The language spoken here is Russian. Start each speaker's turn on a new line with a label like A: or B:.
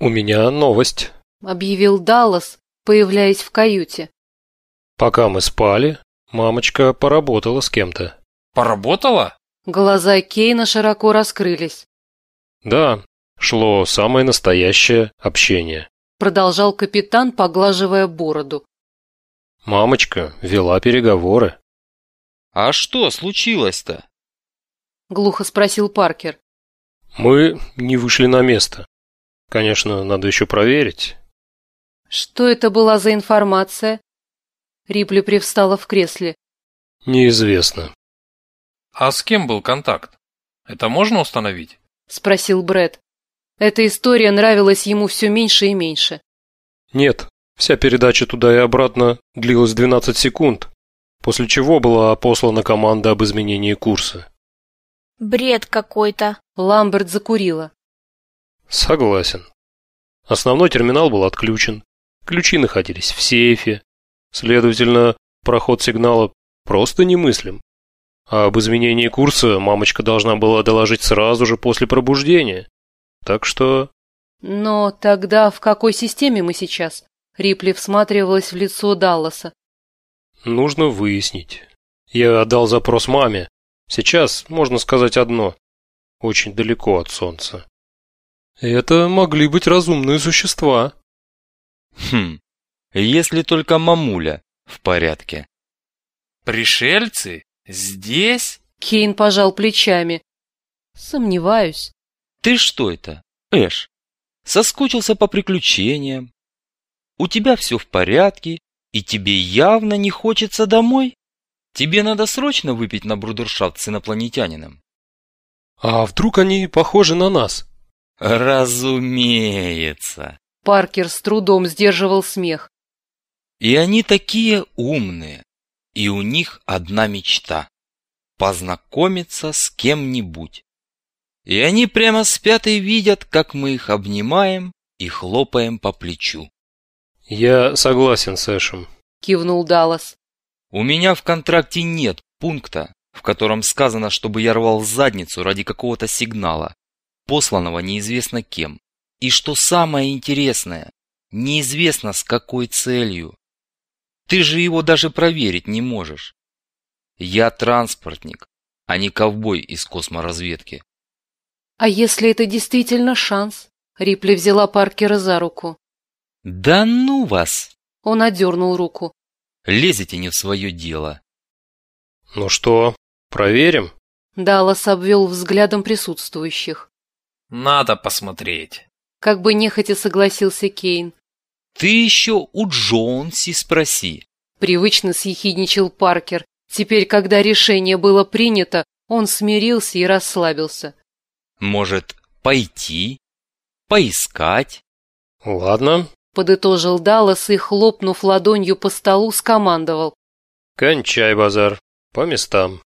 A: У меня новость.
B: — объявил Даллас, появляясь в каюте.
A: Пока мы спали, мамочка поработала с кем-то.
C: Поработала?
B: Глаза Кейна широко раскрылись.
A: Да, шло самое настоящее общение.
B: Продолжал капитан, поглаживая бороду.
A: Мамочка вела переговоры.
C: А что случилось-то?
B: Глухо спросил Паркер.
A: Мы не вышли на место. Конечно, надо еще проверить.
B: Что это была за информация? Рипли привстала в кресле.
A: Неизвестно.
C: А с кем был контакт? Это можно установить?
B: Спросил Бред. Эта история нравилась ему все меньше и меньше.
A: Нет, вся передача туда и обратно длилась 12 секунд, после чего была послана команда об изменении курса.
D: Бред какой-то.
B: Ламберт закурила.
A: Согласен. Основной терминал был отключен. Ключи находились в сейфе. Следовательно, проход сигнала просто немыслим. А об изменении курса мамочка должна была доложить сразу же после пробуждения. Так что...
B: Но тогда в какой системе мы сейчас? Рипли всматривалась в лицо Далласа.
A: Нужно выяснить. Я отдал запрос маме. Сейчас можно сказать одно. Очень далеко от солнца. Это могли быть разумные существа.
E: Хм, если только мамуля в порядке.
C: Пришельцы? Здесь?
B: Кейн пожал плечами. Сомневаюсь.
E: Ты что это, Эш? Соскучился по приключениям. У тебя все в порядке, и тебе явно не хочется домой? Тебе надо срочно выпить на брудершафт с инопланетянином.
A: А вдруг они похожи на нас?
E: Разумеется.
B: Паркер с трудом сдерживал смех.
E: И они такие умные. И у них одна мечта – познакомиться с кем-нибудь. И они прямо спят и видят, как мы их обнимаем и хлопаем по плечу.
A: Я согласен с Эшем.
B: Кивнул Даллас.
E: У меня в контракте нет пункта, в котором сказано, чтобы я рвал задницу ради какого-то сигнала, посланного неизвестно кем. И что самое интересное, неизвестно с какой целью. Ты же его даже проверить не можешь. Я транспортник, а не ковбой из косморазведки.
B: А если это действительно шанс? Рипли взяла Паркера за руку.
E: Да ну вас!
B: Он отдернул руку.
E: Лезете не в свое дело.
A: Ну что, проверим?
B: Даллас обвел взглядом присутствующих.
C: Надо посмотреть.
B: Как бы нехотя согласился Кейн.
E: Ты еще у Джонси спроси.
B: Привычно съехидничал Паркер. Теперь, когда решение было принято, он смирился и расслабился.
E: Может, пойти? Поискать?
A: Ладно,
B: Подытожил Даллас и, хлопнув ладонью по столу, скомандовал.
A: кончай базар. По местам.